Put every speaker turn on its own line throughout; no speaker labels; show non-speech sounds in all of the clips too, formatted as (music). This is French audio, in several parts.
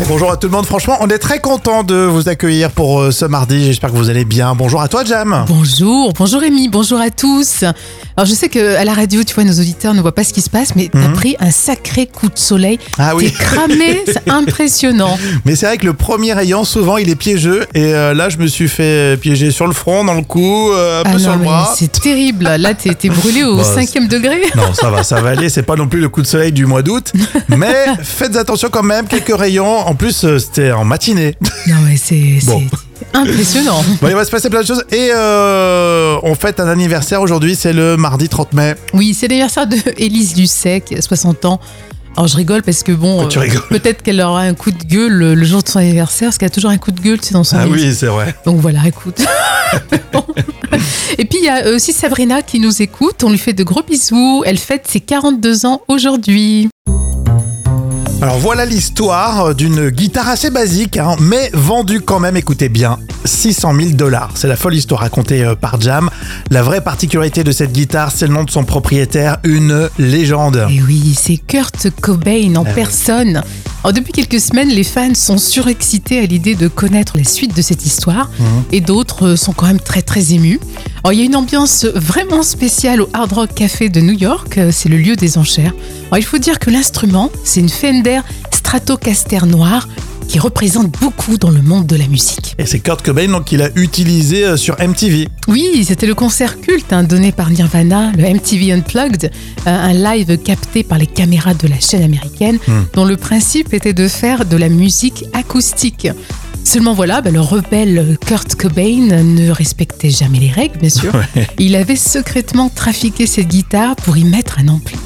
Et bonjour à tout le monde, franchement, on est très content de vous accueillir pour euh, ce mardi, j'espère que vous allez bien. Bonjour à toi Jam
Bonjour, bonjour Rémi, bonjour à tous. Alors je sais que à la radio, tu vois, nos auditeurs ne voient pas ce qui se passe, mais t'as
Mhm.
pris un sacré coup de soleil.
Ah oui.
T'es cramé, c'est impressionnant.
(laughs) Mais c'est vrai que le premier rayon, souvent, il est piégeux, et euh, là, je me suis fait piéger sur le front, dans le cou, euh, un peu
Ah
sur
non,
le
mais
bras.
c'est terrible. Là, t'es t'es brûlé au
Bah, c'est- (laughs)
cinquième degré.
Non, ça va, ça va aller. C'est pas non plus le coup de soleil du mois d'août. Mais faites attention quand même, quelques rayons. En plus, euh, c'était en matinée.
Non, mais c'est
(laughs)
c'est
Bon.
impressionnant.
Bon, il va se passer plein de choses. Et euh, on fête un anniversaire aujourd'hui. C'est le mardi 30 mai.
Oui, c'est l'anniversaire de Élise Lucet, 60 ans. Alors je rigole parce que bon,
Oh, tu
euh,
rigoles.
peut-être qu'elle aura un coup de gueule le le jour de son anniversaire, parce qu'elle a toujours un coup de gueule, tu sais, dans
Ah
son livre.
c'est vrai.
Donc voilà, écoute. Bon. Et puis il y a euh, aussi Sabrina qui nous écoute. On lui fait de gros bisous. Elle fête ses 42 ans aujourd'hui.
Alors voilà l'histoire euh, d'une guitare assez basique, hein, mais vendue quand même, écoutez bien, 600 000 dollars. C'est la folle histoire racontée euh, par Jam. La vraie particularité de cette guitare, c'est le nom de son propriétaire, une légende.
Et oui, c'est Kurt Cobain en
Ah oui.
personne. Alors, depuis quelques semaines, les fans sont surexcités à l'idée de connaître la suite de cette histoire.
Mhm.
Et d'autres euh, sont quand même très très émus. Alors, il y a une ambiance vraiment spéciale au Hard Rock Café de New York. Euh, C'est le lieu des enchères. Alors, il faut dire que l'instrument, c'est une Fender Stratocaster noire qui représente beaucoup dans le monde de la musique.
Et c'est Kurt Cobain donc, qu'il a utilisé euh, sur MTV.
Oui, c'était le concert culte hein, donné par Nirvana, le MTV Unplugged, euh, un live capté par les caméras de la chaîne américaine,
Hmm.
dont le principe était de faire de la musique acoustique. Seulement voilà, bah, le rebelle Kurt Cobain ne respectait jamais les règles, bien
(laughs)
sûr. Il avait secrètement trafiqué cette guitare pour y mettre un ampli.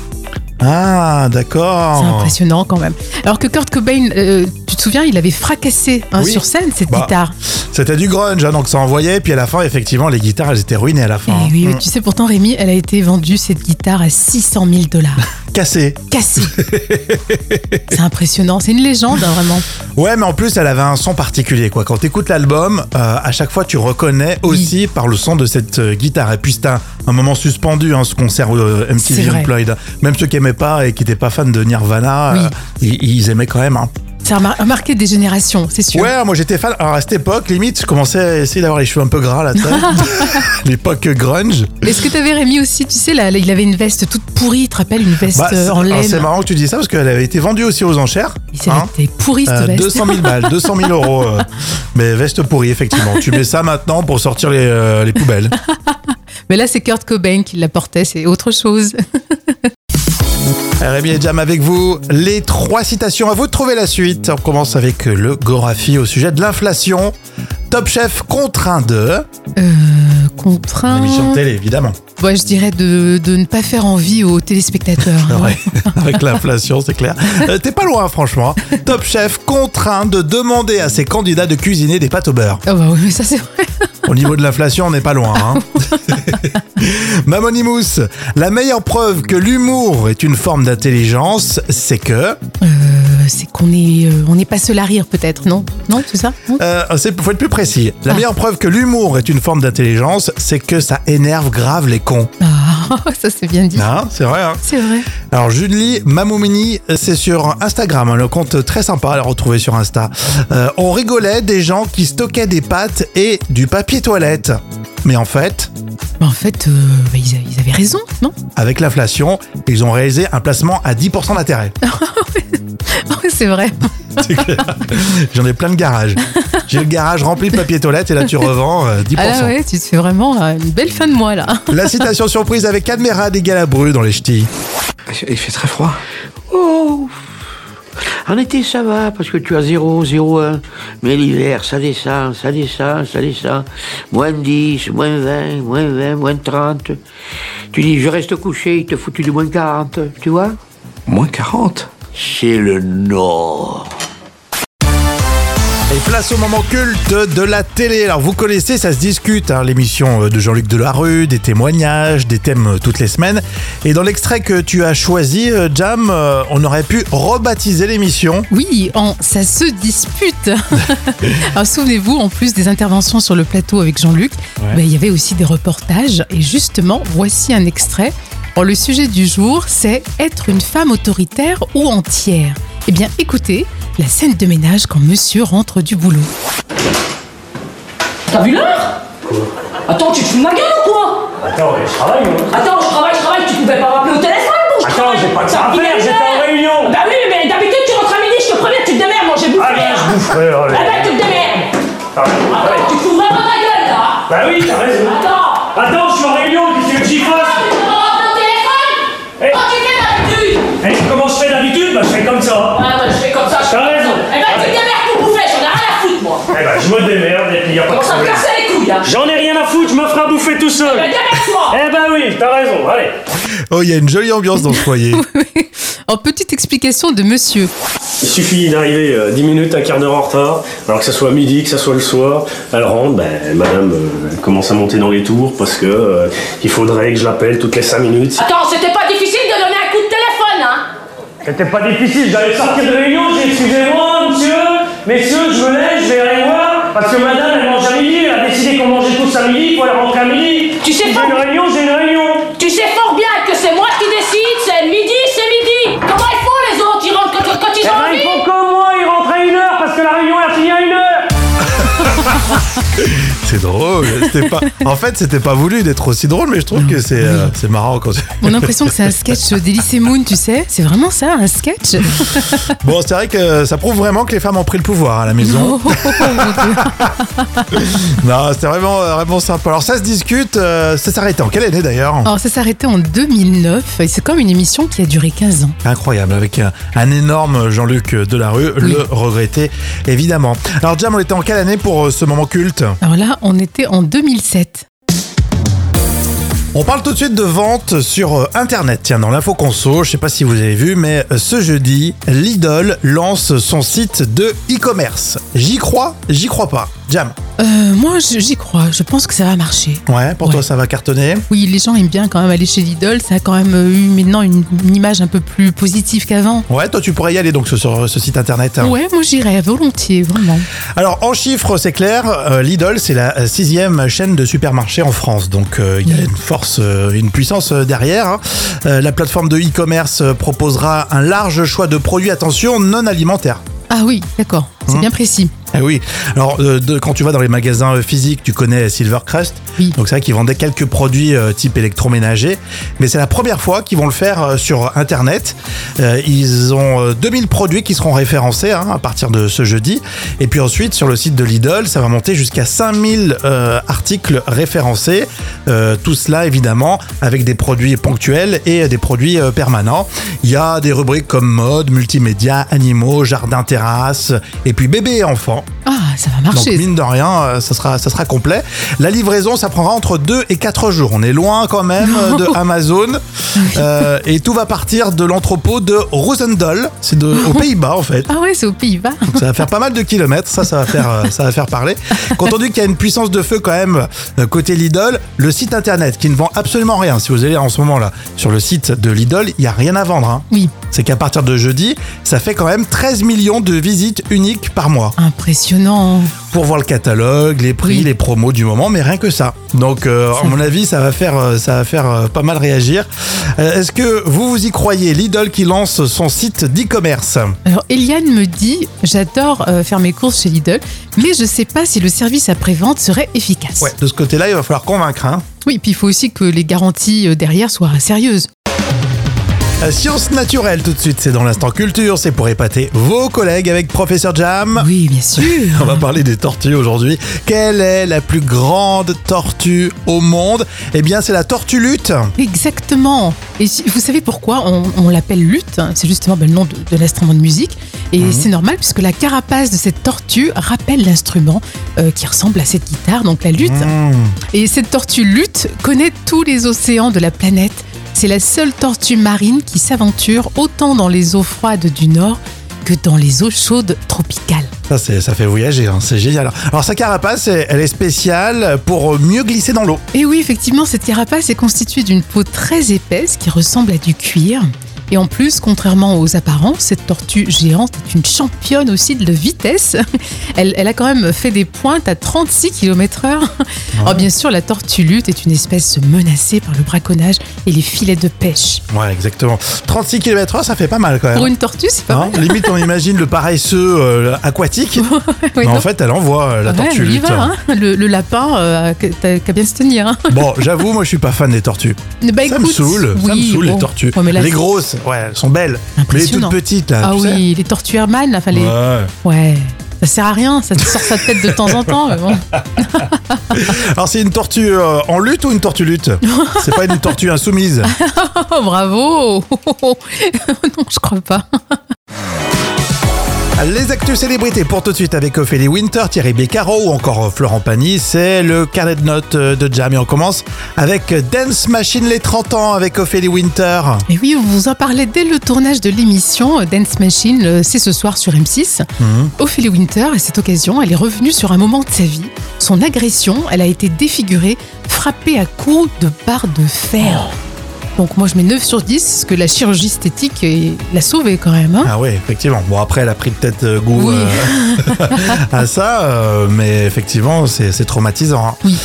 Ah,
C'est
d'accord.
impressionnant quand même. Alors que Kurt Cobain, euh, tu te souviens, il avait fracassé hein,
Oui.
sur scène cette
Bah,
guitare.
C'était du grunge, hein, donc ça envoyait. Puis à la fin, effectivement, les guitares, elles étaient ruinées à la
Eh
fin.
oui, mais
Mm.
tu sais pourtant Rémi, elle a été vendue cette guitare à 600 000 dollars.
Cassées. (laughs)
cassé. c'est impressionnant, c'est une légende hein, vraiment.
Ouais, mais en plus, elle avait un son particulier. quoi. Quand t'écoutes l'album, euh, à chaque fois, tu reconnais
Oui.
aussi par le son de cette euh, guitare. Et puis, c'était un, un moment suspendu, hein, ce concert euh,
C'est
MTV
vrai.
Unplugged. Même ceux qui aimaient pas et qui n'étaient pas fans de Nirvana,
Oui.
euh, ils, ils aimaient quand même. hein.
Ça a mar- marqué des générations, c'est sûr.
Ouais, moi j'étais fan. Alors à cette époque, limite, je commençais à essayer d'avoir les cheveux un peu gras là. tu
(laughs)
sais. (laughs) L'époque grunge.
Est-ce que t'avais Rémi aussi, tu sais, là, là, il avait une veste toute pourrie, tu te rappelles, une veste
Bah,
euh, en
alors,
laine.
c'est marrant que tu dis ça parce qu'elle avait été vendue aussi aux enchères.
Il s'est
hein.
était pourri cette
Euh,
veste.
200 000 balles, 200 000 euros.
(laughs)
euh. Mais veste pourrie, effectivement. Tu mets ça maintenant pour sortir les, euh, les poubelles.
Mais là, c'est Kurt Cobain qui la portait, c'est autre chose.
Rémi et Jam avec vous. Les trois citations, à vous de trouver la suite. On commence avec le Gorafi au sujet de l'inflation. Top Chef contraint de.
Euh,
Une
contraint.
émission de télé, évidemment.
Ouais, je dirais de, de ne pas faire envie aux téléspectateurs. hein.
Ouais, (laughs) avec l'inflation, c'est clair. Euh, T'es pas loin, franchement. Top Chef contraint de demander à ses candidats de cuisiner des pâtes au beurre.
Ah bah oui, mais ça c'est vrai.
Au niveau de l'inflation, on n'est pas loin. Hein. (laughs) Mamonimous, la meilleure preuve que l'humour est une forme d'intelligence, c'est que...
Euh, c'est qu'on est, euh, on n'est pas seul à rire peut-être, non Non, tout ça Non
Euh, c'est- faut être plus précis. La
Ah.
meilleure preuve que l'humour est une forme d'intelligence, c'est que ça énerve grave les
(laughs)
cons.
Ah, ça c'est bien dit.
Hein, c'est vrai. Hein.
C'est vrai.
Alors Julie Mamoumini, c'est sur Instagram, hein, le compte très sympa à le retrouver sur Insta. Euh, on rigolait des gens qui stockaient des pâtes et du papier toilette. Mais en fait,
Bah, en fait, euh, bah, ils, a- ils avaient raison, non
avec l'inflation, ils ont réalisé un placement à 10%
(laughs)
d'intérêt.
Ah Ouais, C'est vrai.
C'est clair. J'en ai plein de garages. J'ai le garage rempli de papier toilette et là tu revends euh, 10%.
Ah là ouais, tu te fais vraiment euh, une belle fin de mois là.
La citation surprise avec Admira des Galabru dans les ch'tis.
Il fait très froid.
Oh En été, ça va, parce que tu as 0, 0, 1. Mais l'hiver, ça descend, ça descend, ça descend. Moins 10, moins 20, moins 20, moins 30. Tu dis, je reste couché, il te foutu du moins 40, tu vois
Moins 40.
C'est le Nord.
Et place au moment culte de la télé. Alors vous connaissez, ça se discute, hein, l'émission de Jean-Luc Delarue, des témoignages, des thèmes euh, toutes les semaines. Et dans l'extrait que tu as choisi, euh, Jam, euh, on aurait pu rebaptiser l'émission.
Oui, en, ça se (laughs) dispute. Alors souvenez-vous, en plus des interventions sur le plateau avec Jean-Luc,
Ouais.
ben, il y avait aussi des reportages. Et justement, voici un extrait. Alors, le sujet du jour, c'est être une femme autoritaire ou entière. Eh bien, écoutez, la scène de ménage quand monsieur rentre du (laughs) boulot.
T'as vu l'heure Attends, tu te fous de ma gueule ou quoi
Attends, mais je travaille, moi.
Attends, je travaille, je travaille, tu pouvais pas m'appeler au téléphone pour que je
Attends,
travaille
j'ai pas de
Ça,
temps à
il
faire,
est
j'étais
une heure.
en réunion.
Bah oui, mais d'habitude tu rentres à midi, je te préviens, tu te démerdes, moi j'ai bouffé.
Ah ben, je boufferai,
Ah
allez.
ben, tu te démerdes Attends, tu te fous vraiment de ma gueule là
Bah oui, t'as raison.
Attends
Attends, je suis en réunion, qu'est-ce que tu veux que j'y fasse
Tu me rappelles au téléphone
Eh.
Quand tu fais d'habitude
Eh, comment je fais d'habitude Bah, je fais comme ça.
Ah ben, je fais comme ça, je fais
T'as
comme
raison.
ça. Eh ben, tu te démerdes pour bouffer, j'en ai rien à foutre moi
Eh ben, je me démerde et puis y a pas de
Comment ça me
problème.
casse les couilles hein
J'en ai rien à foutre, je me ferai bouffer tout seul.
Ben, démerde-toi
Eh ben oui, t'as raison, allez.
Oh, il y a une jolie ambiance dans ce
(laughs)
foyer.
en petite explication de monsieur.
Il suffit d'arriver euh, 10 minutes, un quart d'heure en retard, alors que ça soit midi, que ça soit le soir. Elle rentre, ben, madame euh, elle commence à monter dans les tours parce que euh, il faudrait que je l'appelle toutes les 5 minutes.
Attends, c'était pas difficile de donner un coup de téléphone hein
C'était pas difficile, j'allais sortir de réunion, j'ai dit, excusez-moi, monsieur, messieurs, je me lève, je vais aller voir, parce que madame, elle mange à midi, elle a décidé qu'on mangeait tous à midi, il faut aller rentrer à midi.
Tu sais
J'ai
pas-
une réunion, j'ai une réunion.
Tu sais fort bien que c'est moi qui décide, c'est midi, c'est midi Comment ils font les autres Ils rentrent quand, quand ils
Eh
ont
ben,
envie
ils font comme moi, ils rentrent à une heure, parce que la réunion, elle a fini à une heure.
C'est drôle. c'était Pas... En fait, c'était pas voulu d'être aussi drôle, mais je trouve
Mm.
que c'est euh, c'est (laughs) marrant quand.
On a l'impression que c'est un sketch d'Elysée Moon, tu sais. C'est vraiment ça, un sketch
Bon, c'est vrai que ça prouve vraiment que les femmes ont pris le pouvoir à la maison.
(laughs) Oh, oh, oh, mon Dieu.
Non, c'était vraiment, euh, vraiment sympa. Alors, ça se discute, euh, ça s'arrêtait en quelle année d'ailleurs
Alors, ça s'arrêtait en 2009 et c'est comme une émission qui a duré 15 ans.
Incroyable, avec un, un énorme Jean-Luc Delarue, le regretté évidemment. Alors, Jam, on était en quelle année pour euh, ce moment culte
Alors là, on était en 2007.
On parle tout de suite de vente sur euh, Internet. Tiens, dans l'info conso, je sais pas si vous avez vu, mais euh, ce jeudi, Lidl lance son site de e-commerce. J'y crois, j'y crois pas. Jam.
Euh, moi, je- j'y crois. Je pense que ça va marcher.
Ouais, pour
Ouais.
toi, ça va cartonner.
Oui, les gens aiment bien quand même aller chez Lidl. Ça a quand même euh, eu maintenant une, une image un peu plus positive qu'avant.
Ouais, toi, tu pourrais y aller donc sur- sur ce site Internet. hein.
Ouais, moi j'irais volontiers, vraiment.
Alors en chiffres, c'est clair, euh, Lidl c'est la euh, sixième chaîne de supermarchés en France, donc euh, il y a une force, euh, une puissance euh, derrière. hein. Euh, la plateforme de e-commerce euh, proposera un large choix de produits, attention, non alimentaires.
Ah oui, d'accord, c'est bien précis.
Ah oui, alors euh, de- quand tu vas dans les magasins euh, physiques, tu connais Silvercrest,
Oui.
donc c'est vrai qu'ils vendaient quelques produits euh, type électroménager, mais c'est la première fois qu'ils vont le faire euh, sur Internet. Euh, ils ont euh, 2000 produits qui seront référencés hein, à partir de ce jeudi, et puis ensuite sur le site de Lidl, ça va monter jusqu'à 5000 euh, articles référencés, Euh, tout cela évidemment avec des produits ponctuels et euh, des produits euh, permanents. Il y a des rubriques comme mode, multimédia, animaux, jardin, terrasse, et puis bébé et enfant.
Ah, ça va
Donc
marcher.
mine de rien, euh, ça sera, ça sera complet. La livraison, ça prendra entre 2 et 4 jours. On est loin quand même euh, de Amazon. Euh, et tout va partir de l'entrepôt de Rosendal. C'est de- aux Pays-Bas en fait.
Ah ouais, c'est aux Pays-Bas.
Donc, ça va faire pas mal de kilomètres, ça, ça va faire, euh, ça va faire parler. Quand on dit qu'il y a une puissance de feu quand même euh, côté Lidl, le site internet qui ne vend absolument rien. Si vous allez en ce moment là sur le site de Lidl, il y a rien à vendre. hein.
Oui,
C'est qu'à partir de jeudi, ça fait quand même 13 millions de visites uniques par mois
impressionnant.
pour voir le catalogue, les prix,
Oui.
les promos du moment, mais rien que ça. Donc, euh, à mon avis, ça va faire, euh, ça va faire euh, pas mal réagir. Euh, Est-ce que vous vous y croyez Lidl qui lance son site d'e-commerce
Alors Eliane me dit, j'adore euh, faire mes courses chez Lidl, mais je sais pas si le service après-vente serait efficace.
Ouais, de ce côté-là, il va falloir convaincre. Hein.
Oui, puis il faut aussi que les garanties euh, derrière soient sérieuses.
Euh, Science naturelle, tout de suite, c'est dans l'instant culture, c'est pour épater vos collègues avec Professeur
(laughs)
Jam.
Oui, bien sûr.
(laughs) On va parler des tortues aujourd'hui. Quelle est la plus grande tortue au monde Eh bien, c'est la tortue lutte.
Exactement. Et si- vous savez pourquoi on, on l'appelle lutte hein C'est justement ben, le nom de, de l'instrument de musique. Et c'est normal puisque la carapace de cette tortue rappelle l'instrument euh, qui ressemble à cette guitare, donc la lutte.
Mhm. Mmh.
Et cette tortue lutte connaît tous les océans de la planète. C'est la seule tortue marine qui s'aventure autant dans les eaux froides du nord que dans les eaux chaudes tropicales.
Ça, c'est- ça fait voyager, hein, c'est génial. Alors sa carapace, elle elle est spéciale pour mieux glisser dans l'eau.
Et oui, effectivement, cette carapace est constituée d'une peau très épaisse qui ressemble à du cuir. Et en plus, contrairement aux apparences, cette tortue géante est une championne aussi de vitesse. (laughs) Elle, elle a quand même fait des pointes à 36 km/h.
Ah.
Alors Oh, bien sûr, la tortue lutte est une espèce menacée par le braconnage et les filets de pêche.
Ouais, exactement. 36 km/h, ça fait pas mal quand même.
Pour une tortue, c'est pas
Hein,
mal.
(laughs) Limite, on imagine le paresseux euh,
(laughs)
aquatique.
Ouais,
mais en
non.
fait, elle envoie euh, la
Ouais,
tortue.
on y
lutte.
va, hein. le, le lapin, euh, que- t'as qu'à bien se tenir. hein.
Bon, j'avoue, moi, je suis pas fan des tortues.
Bah,
ça me
écoute,
saoule, ça me
oui,
saoule les
bon.
tortues.
Ouais, mais là,
les
c'est-
grosses, ouais, elles sont belles. Mais les toutes
Impressionnant.
petites, là,
Ah
tu sais.
oui, les tortues Herman, là, fallait. Ouais.
Ouais.
ça sert à rien, ça te sort sa tête de temps en temps. mais bon.
Alors, c'est une tortue euh, en lutte ou une tortue
(laughs)
lutte C'est pas une tortue insoumise.
(laughs) Oh, bravo (laughs) Non, je crois pas.
Les actus célébrités pour tout de suite avec Ophélie Winter, Thierry Beccaro ou encore euh, Florent Pagny. C'est le carnet de notes euh, de Jam et on commence avec euh, Dance Machine les 30 ans avec Ophélie Winter.
Mais oui, on vous en parlait dès le tournage de l'émission euh, Dance Machine, euh, c'est ce soir sur M6. Ophélie Winter, à cette occasion, elle est revenue sur un moment de sa vie. Son agression, elle a été défigurée, frappée à coups de barre de fer. Donc moi je mets 9 sur 10, parce que la chirurgie esthétique euh, l'a sauvée quand même. hein.
Ah oui, effectivement. Bon, après, elle a pris peut-être euh, goût
Oui.
euh, (laughs) à ça, euh, mais effectivement, c'est c'est traumatisant. hein.
Oui.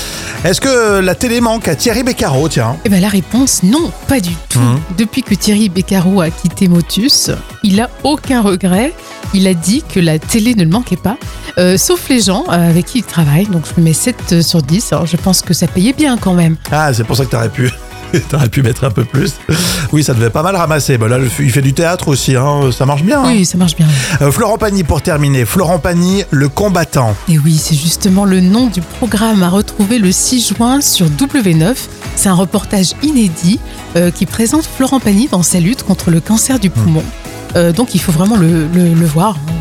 Est-ce que la télé manque à Thierry Beccaro, tiens
Eh ben, la réponse, non, pas du tout.
Mhm.
Depuis que Thierry Beccaro a quitté Motus, il a aucun regret. Il a dit que la télé ne le manquait pas, euh, sauf les gens euh, avec qui il travaille. Donc je lui mets 7 sur 10. Alors je pense que ça payait bien quand même.
Ah, c'est pour ça que t'aurais pu. (laughs) T'aurais pu mettre un peu plus. Oui, ça devait pas mal ramasser. Bah là, le- il fait du théâtre aussi, hein, ça marche bien. hein.
Oui, ça marche bien.
Euh, Florent Pagny pour terminer. Florent Pagny, le combattant.
Et oui, c'est justement le nom du programme à retrouver le 6 juin sur W9. C'est un reportage inédit euh, qui présente Florent Pagny dans sa lutte contre le cancer du poumon. Euh, donc il faut vraiment le, le- le voir. hein.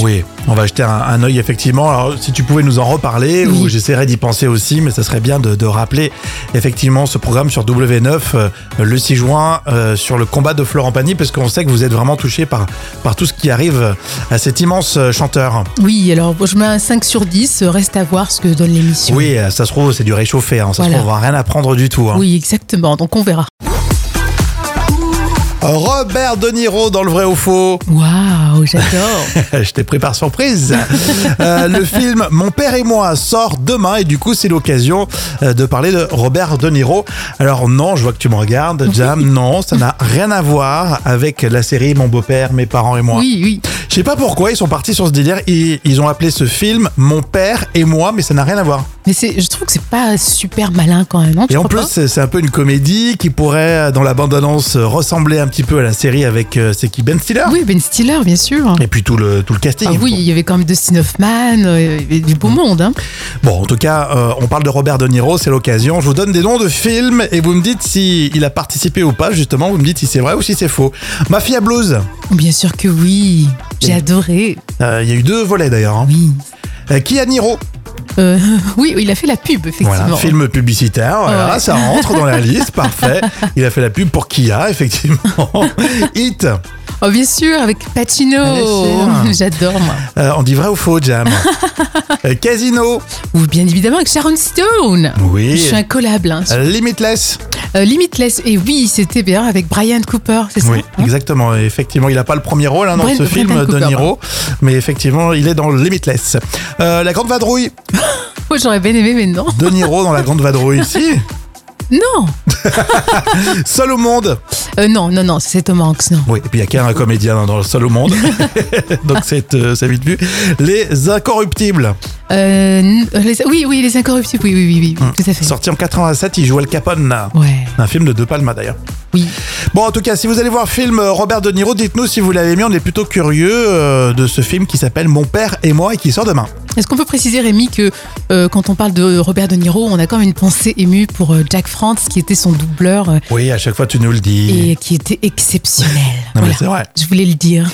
Oui, on va jeter un, un œil effectivement. Alors, si tu pouvais nous en reparler,
Oui.
ou j'essaierai d'y penser aussi, mais ça serait bien de, de rappeler effectivement ce programme sur W9 euh, le 6 juin euh, sur le combat de Florent Pagny, parce qu'on sait que vous êtes vraiment touché par, par tout ce qui arrive à cet immense euh, chanteur.
Oui, alors bon, je mets un 5 sur 10, euh, reste à voir ce que donne l'émission.
Oui, euh, ça se trouve, c'est du réchauffé. hein. Ça
Voilà.
se trouve, on va rien apprendre du tout. hein.
Oui, exactement, donc on verra.
Robert De Niro dans le vrai ou faux.
Waouh, j'adore.
Je t'ai pris par surprise. Euh, le film Mon père et moi sort demain et du coup c'est l'occasion euh, de parler de Robert De Niro. Alors non, je vois que tu me regardes,
(laughs)
Jam. Non, ça n'a rien à voir avec la série Mon beau-père, mes parents et (laughs) moi.
oui, oui.
Je sais pas pourquoi ils sont partis sur ce délire. Ils, ils ont appelé ce film Mon père et moi, mais ça n'a rien à voir.
Mais c'est, je trouve que c'est pas super malin quand même, non tu
Et en
crois
plus,
pas
c'est c'est un peu une comédie qui pourrait, dans la bande-annonce, euh, ressembler un petit peu à la série avec euh, c'est qui Ben Stiller.
Oui, Ben Stiller, bien sûr.
Et puis tout le tout le casting.
Ah oui, il y avait quand même Dustin Hoffman, euh, il y avait du beau monde. Hein.
Bon, en tout cas, euh, on parle de Robert De Niro, c'est l'occasion. Je vous donne des noms de films et vous me dites si il a participé ou pas, justement. Vous me dites si c'est vrai ou si c'est faux. Mafia Blues,
Bien sûr que oui, j'ai
Et-
adoré.
Euh, il y a eu deux volets d'ailleurs. Hein.
Oui.
Euh, Kianiro,
Euh, (laughs) oui, il a fait la pub, effectivement.
voilà, film publicitaire. voilà,
Ouais.
Ça rentre
(laughs)
dans la liste, parfait. Il a fait la pub pour Kia, (laughs) effectivement. Hit,
Oh, bien sûr, avec Pacino.
Bien sûr.
(laughs) J'adore, moi.
Euh, on dit vrai ou faux,
(laughs)
Jam Euh, Casino,
Ou bien évidemment avec Sharon Stone. Je
oui.
suis incollable. Hein,
Euh, Limitless,
Euh, Limitless, et oui, c'était bien avec Brian Cooper, c'est ça
oui,
hein
exactement. Et Effectivement, il n'a pas le premier rôle hein, dans
Brad-
ce film
Bradley
de
Cooper,
Niro, mais effectivement, il est dans Limitless. Euh, la Grande Vadrouille,
Moi, j'aurais bien aimé, mais non.
De Niro dans la grande vadrouille. si.
Non
Seul au monde.
Euh, Non, non, non, c'est Tom Hanks, non.
Oui, et puis il n'y a qu'un comédien hein, dans le Seul au monde. (laughs) Donc c'est euh, c'est vite vu. Les Incorruptibles.
Euh, n- euh, les- oui, oui, Les Incorruptibles, oui, oui, oui, oui, tout à fait.
Mm. Sorti en 87, il jouait le Capone. là.
Ouais,
Un film de De Palma d'ailleurs.
oui.
Bon, en tout cas, si vous allez voir le film euh, Robert De Niro, dites-nous si vous l'avez mis. On est plutôt curieux euh, de ce film qui s'appelle Mon père et moi et qui sort demain.
Est-ce qu'on peut préciser, Rémi, que euh, quand on parle de Robert De Niro, on a quand même une pensée émue pour euh, Jack France, qui était son doubleur euh,
Oui, à chaque fois tu nous le dis.
et qui était exceptionnel.
Non, mais
Voilà.
c'est vrai.
Je voulais le dire.